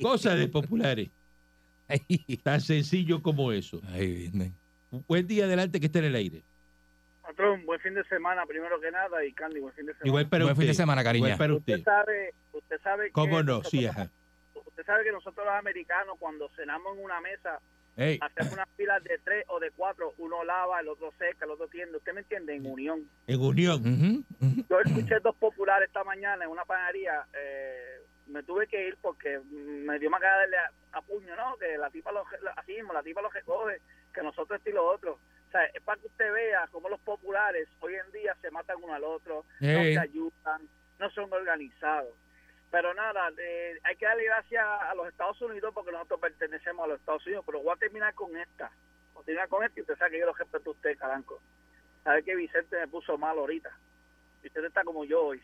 Speaker 3: cosas de populares.
Speaker 4: Ay,
Speaker 3: Tan sencillo como eso.
Speaker 4: business.
Speaker 3: Buen día adelante que está en el aire.
Speaker 6: Patrón, buen fin de semana, primero que nada, y Candy, buen fin de semana.
Speaker 3: Igual para
Speaker 4: Buen
Speaker 3: usted.
Speaker 4: fin de semana,
Speaker 3: Igual
Speaker 4: cariño.
Speaker 3: para
Speaker 6: usted.
Speaker 3: usted.
Speaker 6: sabe, usted sabe
Speaker 3: ¿Cómo
Speaker 6: que
Speaker 3: no?
Speaker 6: nosotros-
Speaker 3: Sí, ajá.
Speaker 6: Usted sabe que nosotros los americanos cuando cenamos en una mesa
Speaker 4: Ey,
Speaker 6: hacemos unas filas de tres o de cuatro, uno lava, el otro seca, el otro tiende. ¿Usted me entiende? En unión.
Speaker 3: En unión.
Speaker 4: ujú, ujú.
Speaker 6: Yo escuché dos populares esta mañana en una panadería. eh, me tuve que ir porque me dio más ganas de darle a, a puño, ¿no? Que la tipa los, la- así mismo, la tipa los recoge, que nosotros esto y lo otro. O sea, es para que usted vea cómo los populares hoy en día se matan uno al otro, no
Speaker 4: Ey.
Speaker 6: se ayudan, no son organizados. Pero nada, eh, hay que darle gracias a los Estados Unidos porque nosotros pertenecemos a los Estados Unidos. Pero voy a terminar con esta. Voy a terminar con esta y usted sabe que yo lo respeto a usted, Caranco. Sabe que Vicente me puso mal ahorita. Vicente está como yo hoy.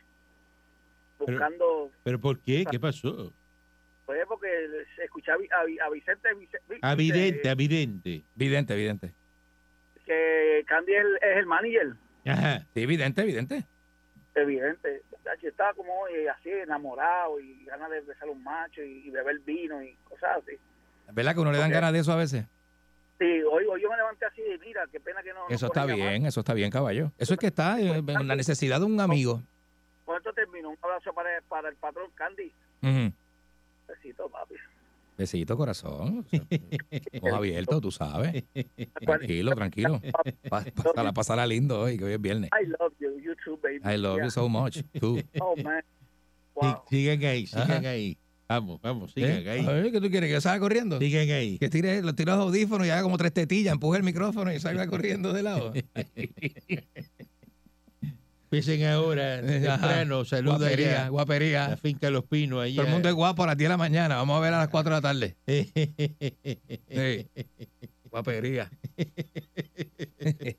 Speaker 7: buscando,
Speaker 3: ¿Pero por qué? ¿Qué pasó?
Speaker 7: pues porque escuchaba a, Vi- a Vicente, Vice- Vi-
Speaker 3: Avidente,
Speaker 7: eh,
Speaker 3: avidente.
Speaker 4: Vidente, vidente.
Speaker 7: que Candy es el, es el manager,
Speaker 3: Ajá.
Speaker 4: Sí, vidente, vidente.
Speaker 7: evidente. Yo estaba como eh, así enamorado y ganas de besar a un macho y, y beber vino y cosas así.
Speaker 4: ¿Verdad que uno le dan
Speaker 7: Ok.
Speaker 4: ganas de eso a veces?
Speaker 7: Sí, hoy, hoy yo me levanté así y mira, qué pena que no.
Speaker 4: Eso
Speaker 7: no
Speaker 4: está
Speaker 7: puedes llamar.
Speaker 4: bien, eso está bien, caballo. Eso es que está eh, en la necesidad de un amigo.
Speaker 7: Con esto termino. Un abrazo para, para el patrón Candy.
Speaker 4: Ujú.
Speaker 7: Besito, papi.
Speaker 4: Besito, corazón. O sea, Ojos abiertos, tú sabes. Tranquilo, tranquilo. Pa- Pásala, pásala lindo hoy, que hoy es viernes.
Speaker 7: I love you, you too, baby.
Speaker 4: I love you
Speaker 7: Yeah.
Speaker 4: so much. Tú.
Speaker 7: Oh, man. Wow.
Speaker 3: Sí, Sigan ahí, sigan
Speaker 4: Ajá.
Speaker 3: ahí. Vamos, vamos, sigan
Speaker 4: ¿Eh? A
Speaker 3: ahí.
Speaker 4: ver, ¿Qué tú quieres? ¿Que yo salga corriendo?
Speaker 3: Sigan ahí.
Speaker 4: Que tire, lo tire los audífonos y haga como tres tetillas, empuje el micrófono y salga corriendo de lado.
Speaker 3: Empiecen ahora, temprano, saludos
Speaker 4: Guapería,
Speaker 3: allá. La
Speaker 4: guapería.
Speaker 3: finca Los Pinos allá.
Speaker 4: Todo el mundo es guapo a las 10 de la mañana. Vamos a ver a las 4 de la tarde. Sí. Guapería.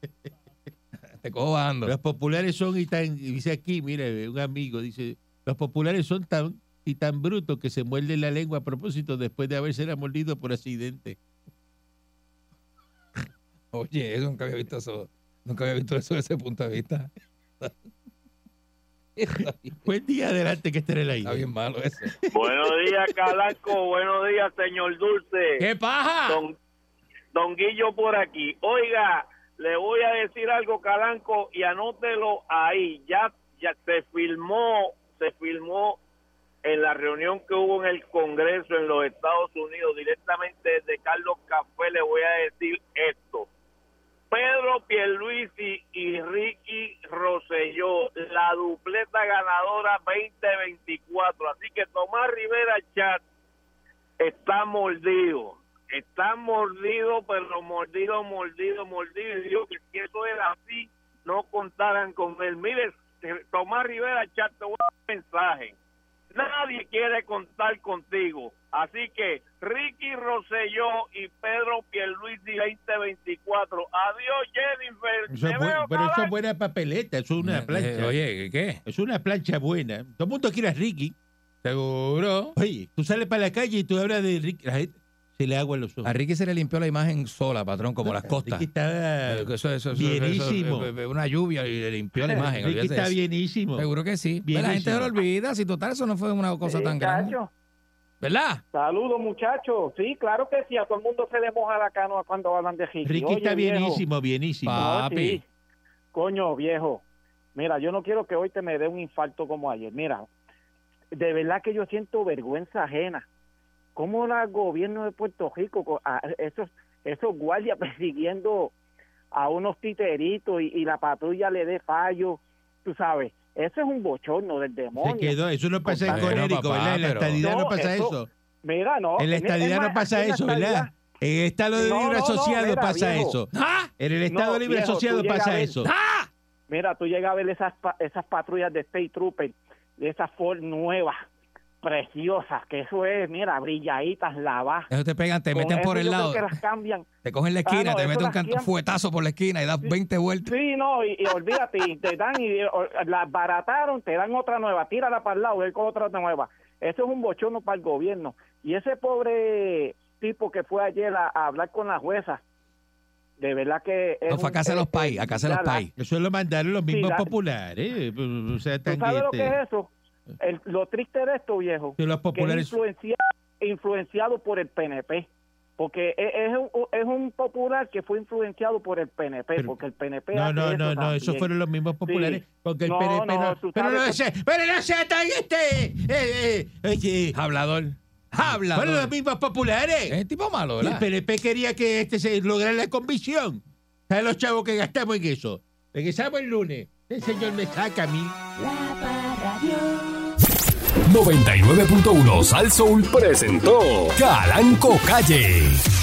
Speaker 4: Te cojo bajando.
Speaker 3: Los populares son y tan, y dice aquí, mire, un amigo dice, los populares son tan y tan brutos que se muerden la lengua a propósito después de haberse mordido por accidente.
Speaker 4: Oye, eso nunca había visto eso. Nunca había visto eso desde ese punto de vista. Está bien-
Speaker 3: Buen día adelante que este esté en el
Speaker 4: está
Speaker 3: aire.
Speaker 4: bien malo eso.
Speaker 8: Buenos días, Calanco. Buenos días, señor Dulce.
Speaker 4: ¡Qué paja!
Speaker 8: Don, Don Guillo por aquí. Oiga, le voy a decir algo, Calanco, y anótelo ahí. Ya, ya se filmó, se filmó en la reunión que hubo en el Congreso en los Estados Unidos, directamente desde Carlos Café, le voy a decir esto. Pedro Pierluisi y Ricky Rosselló, la dupleta ganadora 2024. Así que Tomás Rivera Chat está mordido. Está mordido, pero mordido, mordido, mordido. Y digo que si eso era así, no contaran con él. Mire, eh, Tomás Rivera Chat, te voy a dar un mensaje. Nadie quiere contar contigo. Así que Ricky Rosselló y Pedro Pierluisi 2024. Adiós, Jennifer.
Speaker 3: Eso es
Speaker 8: Te
Speaker 3: buen-
Speaker 8: veo,
Speaker 3: pero eso
Speaker 8: caballo.
Speaker 3: es buena papeleta, eso es una plancha.
Speaker 4: Eh, Oye, ¿qué?
Speaker 3: Es una plancha buena. Todo el mundo quiere a Ricky.
Speaker 4: Seguro.
Speaker 3: Oye, tú sales para la calle y tú hablas de Ricky. La gente se le agua en los ojos.
Speaker 4: A Ricky se le limpió la imagen sola, patrón, como las costas.
Speaker 3: Ricky está,
Speaker 4: Eh, que Eso, eso, eso-
Speaker 3: bienísimo. Eh,
Speaker 4: eso- eh, eh, una lluvia y le limpió la
Speaker 3: Ricky
Speaker 4: imagen. olvídate
Speaker 3: está
Speaker 4: de eso.
Speaker 3: bienísimo.
Speaker 4: Seguro que sí.
Speaker 3: Bienísimo.
Speaker 4: La gente se lo olvida. Si total, eso no fue una cosa
Speaker 6: Sí,
Speaker 4: tan grande.
Speaker 6: chacho.
Speaker 4: ¿Verdad?
Speaker 6: Saludos, muchachos. Sí, claro que sí. A todo el mundo se le moja la canoa cuando hablan de Ricky.
Speaker 3: Ricky
Speaker 6: Oye,
Speaker 3: está
Speaker 6: viejo.
Speaker 3: bienísimo, bienísimo.
Speaker 4: Pa-
Speaker 6: No,
Speaker 4: Papi.
Speaker 6: sí. Coño, viejo. Mira, yo no quiero que hoy te me dé un infarto como ayer. Mira, de verdad que yo siento vergüenza ajena. ¿Cómo la gobierno de Puerto Rico, co- a esos, esos guardias persiguiendo a unos titeritos y, y la patrulla le dé fallo? Tú sabes, eso es un bochorno del demonio.
Speaker 3: se quedó. Eso no pasa en
Speaker 4: Bueno,
Speaker 3: Conérico,
Speaker 4: papá,
Speaker 3: ¿verdad? En la
Speaker 4: pero-
Speaker 3: estadidad no,
Speaker 6: No,
Speaker 3: pasa
Speaker 6: eso-
Speaker 3: eso.
Speaker 6: Mira, no. e-
Speaker 3: En la
Speaker 6: es- es
Speaker 3: estadidad
Speaker 6: más,
Speaker 3: no pasa
Speaker 6: aquí en la
Speaker 3: eso,
Speaker 6: estadidad-
Speaker 3: ¿verdad? En el Estado
Speaker 6: No,
Speaker 3: Libre
Speaker 6: no, no,
Speaker 3: Asociado
Speaker 6: mira,
Speaker 3: pasa
Speaker 6: viejo.
Speaker 3: eso.
Speaker 4: ¡Ah!
Speaker 3: En el Estado
Speaker 6: No,
Speaker 3: Libre
Speaker 6: viejo, tú
Speaker 3: Asociado
Speaker 6: llegas a
Speaker 3: pasa
Speaker 6: ver- ¿Ah?
Speaker 3: eso.
Speaker 6: Mira, tú llegas a ver esas, pa- esas patrullas de State Trooper, de esas Ford nuevas, preciosas, que eso es, mira, brilladitas, lavadas.
Speaker 4: Eso te pegan, te
Speaker 6: Con
Speaker 4: meten por el
Speaker 6: eso yo
Speaker 4: lado,
Speaker 6: creo que las cambian.
Speaker 4: te cogen la esquina,
Speaker 6: Ah, no,
Speaker 4: te
Speaker 6: eso
Speaker 4: meten un
Speaker 6: las
Speaker 4: canto-
Speaker 6: quitan.
Speaker 4: fuetazo por la esquina y das 20 vueltas.
Speaker 6: Sí, no, y, y olvídate, y te dan y o- las barataron, te dan otra nueva, tírala para el lado, ve con otra nueva. Eso es un bochorno para el gobierno. Y ese pobre tipo que fue ayer a, a hablar con la jueza, de verdad que... es
Speaker 4: No fue a
Speaker 6: un- este,
Speaker 4: casa de los
Speaker 6: es-
Speaker 4: pais,
Speaker 6: es-
Speaker 4: a casa de los
Speaker 6: la-
Speaker 4: pais.
Speaker 3: Eso lo mandaron los mismos
Speaker 6: Sí, la-
Speaker 3: populares. eh, pues, O sea,
Speaker 6: ¿Tú
Speaker 3: tan
Speaker 6: sabes lo
Speaker 3: este-
Speaker 6: que es eso? El- lo triste de esto, viejo,
Speaker 3: que los
Speaker 6: que es
Speaker 3: populares.
Speaker 6: influenciado, influenciado por el PNP. Porque es, es un, es un popular que fue influenciado por el PNP,
Speaker 3: Pero-
Speaker 6: porque el PNP...
Speaker 3: No,
Speaker 6: hace
Speaker 3: no,
Speaker 6: eso
Speaker 3: no, no,
Speaker 6: también.
Speaker 3: esos fueron los mismos populares.
Speaker 6: Sí.
Speaker 3: Porque el
Speaker 6: No,
Speaker 3: PNP no.
Speaker 6: no, tú
Speaker 3: pero, no
Speaker 6: sabes
Speaker 3: sea, pero no sea tan este. eh, eh, oye,
Speaker 4: Hablador.
Speaker 3: fueron los
Speaker 4: Hablador.
Speaker 3: mismos populares.
Speaker 4: Es tipo malo,
Speaker 3: El
Speaker 4: ¿verdad?
Speaker 3: PNP quería que este se lograra la convicción. ¿Sabes los chavos que gastamos en eso? Regresamos el lunes. El señor me saca a mí.
Speaker 2: La Parradio.
Speaker 1: 99.1 Sal Soul presentó Calanco Calle.